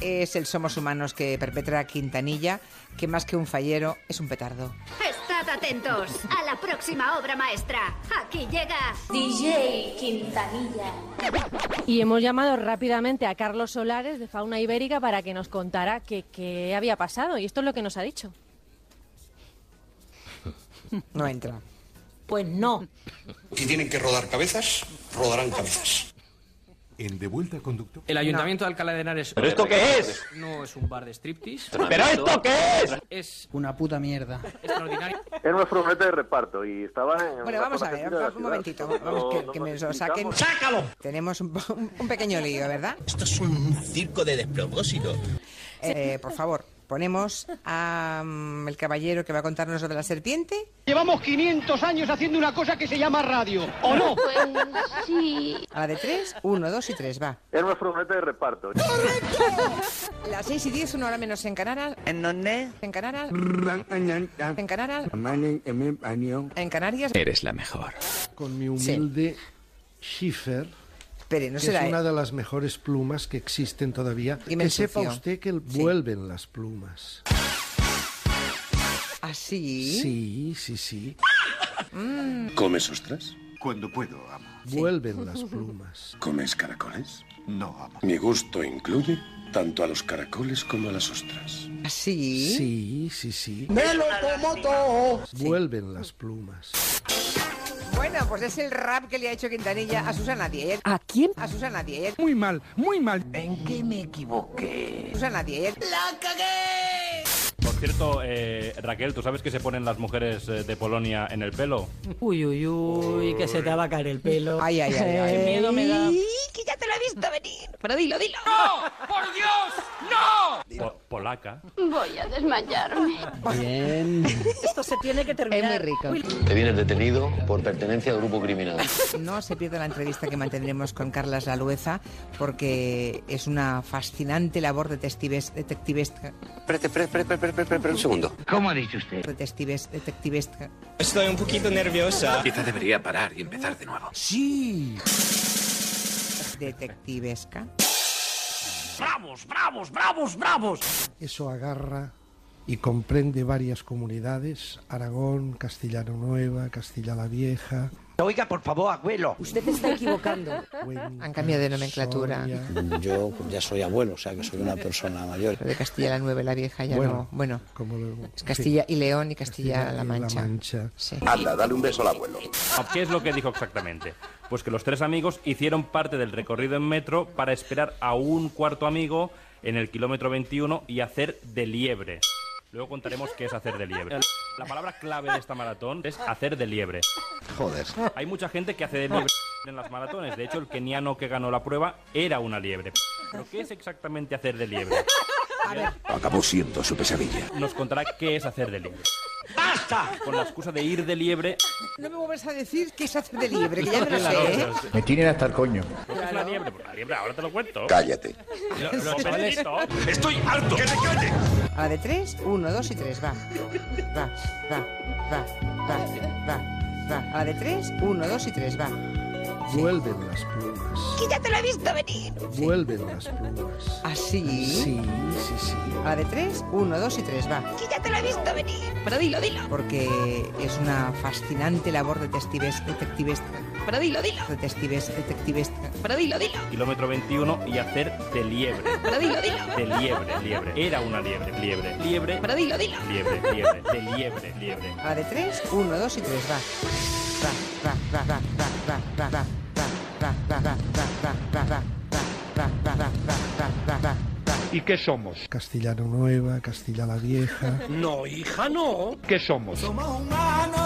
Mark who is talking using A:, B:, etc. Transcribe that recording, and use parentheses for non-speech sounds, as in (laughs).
A: es el Somos Humanos que perpetra Quintanilla, que más que un fallero es un petardo.
B: Estad atentos a la próxima obra maestra. Aquí llega
C: DJ Quintanilla.
D: Y hemos llamado rápidamente a Carlos Solares de Fauna Ibérica para que nos contara qué, qué había pasado. Y esto es lo que nos ha dicho.
A: No entra.
D: Pues no.
E: Si tienen que rodar cabezas, rodarán cabezas.
F: En De Vuelta a Conducto.
G: El Ayuntamiento de Alcalá de Henares.
H: ¿Pero esto qué es?
G: No es un bar de striptease.
H: ¿Pero esto qué es?
G: Es
I: Una puta mierda.
G: extraordinario.
J: Era una furgoneta de reparto y estaba en.
A: Bueno,
J: una
A: vamos
J: cosa
A: a
J: que
A: ver,
J: tira de la
A: un momentito,
J: ciudad.
A: vamos, que-
J: No
A: que
J: nos
A: me lo saquen.
J: explicamos.
A: Tenemos un, po- un pequeño lío, ¿verdad?
H: Esto es un circo de despropósito.
A: Eh, por favor, ponemos a mm, el caballero que va a contarnos sobre la serpiente.
I: Llevamos 500 años haciendo una cosa que se llama radio, ¿o no?
A: A la de tres, uno, dos y tres, va.
J: Era una furgoneta de reparto.
A: Las seis y diez, una hora menos en Canarias.
K: ¿En dónde?
A: En Canarias. En Canarias. En Canarias.
H: Eres la mejor.
I: Con mi humilde Schiffer,
A: Espere, no
I: que
A: será.
I: es una de las mejores plumas que existen todavía.
A: Dime
I: que
A: el
I: sepa
A: sucio.
I: usted que
A: Sí.
I: vuelven las plumas.
A: Así.
I: Sí, sí, sí.
E: ¿Comes ostras?
F: Cuando puedo, amo.
I: Vuelven las plumas.
E: ¿Comes caracoles?
F: No, amo.
E: Mi gusto incluye tanto a los caracoles como a las ostras.
A: Así.
I: Sí, sí, sí.
K: ¡Me lo como todo!
I: Vuelven las plumas.
A: Bueno, pues es el rap que le ha hecho Quintanilla a Susana Diez.
D: ¿A quién?
A: A Susana Diez.
I: Muy mal, muy mal.
K: ¿En qué me equivoqué?
A: Susana Diez.
H: Por cierto, eh, Raquel, ¿tú sabes que se ponen las mujeres eh, de Polonia en el pelo?
K: Uy, uy, uy, que se te va a caer el pelo.
A: Ay, ay, ay, ay.
K: miedo me da.
C: que ya te lo he visto venir. Pero dilo, dilo.
H: Po- polaca.
C: Voy a desmayarme.
K: Bien.
D: Esto se tiene que
A: Es muy
D: terminar.
A: rico.
H: Te vienes detenido por pertenencia a grupo criminal.
A: No se pierda la entrevista que mantendremos con Carlas Lalueza, porque es una fascinante labor detectives, detectives,
H: Espérate, espérate, espérate, un segundo.
K: ¿Cómo ha dicho usted?
A: detectives, detectives.
H: Estoy un poquito nerviosa. Quizá debería parar y empezar de nuevo.
I: Sí.
A: detectivesca.
I: Eso agarra y comprende varias comunidades, Aragón, Castellano Nueva, Castilla la Vieja.
K: Oiga, por favor, abuelo.
D: Usted se está equivocando.
I: Cuenca,
A: Han cambiado de nomenclatura.
I: Soria.
H: Yo ya soy abuelo, o sea que soy una persona mayor.
A: Lo de Castilla la Nueva y la Vieja ya no. Bueno,
I: como lo-
A: es Castilla
I: sí,
A: y León y Castilla, la,
I: y
A: Mancha.
I: La Mancha.
A: Sí.
C: Ah.
E: Anda, dale un beso al abuelo.
H: ¿Qué es lo que dijo exactamente? Pues que los tres amigos hicieron parte del recorrido en metro para esperar a un cuarto amigo en el kilómetro 21 y hacer de liebre. Luego contaremos qué es hacer de liebre. La palabra clave de esta maratón es hacer de liebre.
F: Joder.
H: Hay mucha gente que hace de liebre en las maratones. De hecho, el keniano que ganó la prueba era una liebre. ¿Pero qué es exactamente hacer de liebre?
F: Acabó siendo su pesadilla.
H: Nos contará qué es hacer de liebre. ¡Basta! Con la excusa de ir de liebre
A: No me vuelvas a decir que es hacer de libre, que ya
C: (laughs)
A: me lo sé. ¿eh?
H: Me tienen hasta el coño. ¿Qué es la liebre? Pues la liebre, ahora te lo cuento.
F: Cállate.
H: Lo- lo necesito.
F: ¡Estoy harto! ¡Que se calle!
A: A la de tres, uno, dos y tres, va. Va, va, va, va, va, va. A la de tres, uno, dos y tres, va.
I: Vuelven las plumas.
C: Que ya te lo he visto venir.
I: Vuelven las plumas.
A: Así.
I: Sí, sí, sí.
A: A la ¿Ah, de tres, uno, dos y tres, va.
C: Que ya te lo he visto venir. Pero dilo, dilo.
A: Porque es una fascinante labor detectives, detectives,
C: Pero dilo, dilo.
A: detectives, detectives.
C: Pero dilo, dilo.
H: Kilómetro 21 y hacer de liebre.
C: Pero dilo, dilo.
H: De liebre, liebre. Era una liebre, liebre, liebre.
C: Pero dilo, dilo.
H: Liebre, liebre, de liebre, liebre.
A: A la de tres, uno, dos y tres, va. Va, va, va, va, va, va, va, va, va, va, va, va, va, va, va, va, va, va, va, va, va, va, va.
I: ¿Y qué somos? Castellano Nueva, Castilla la Vieja.
H: Ah,
K: No, hija, no.
I: ¿Qué somos?
K: Somos humanos.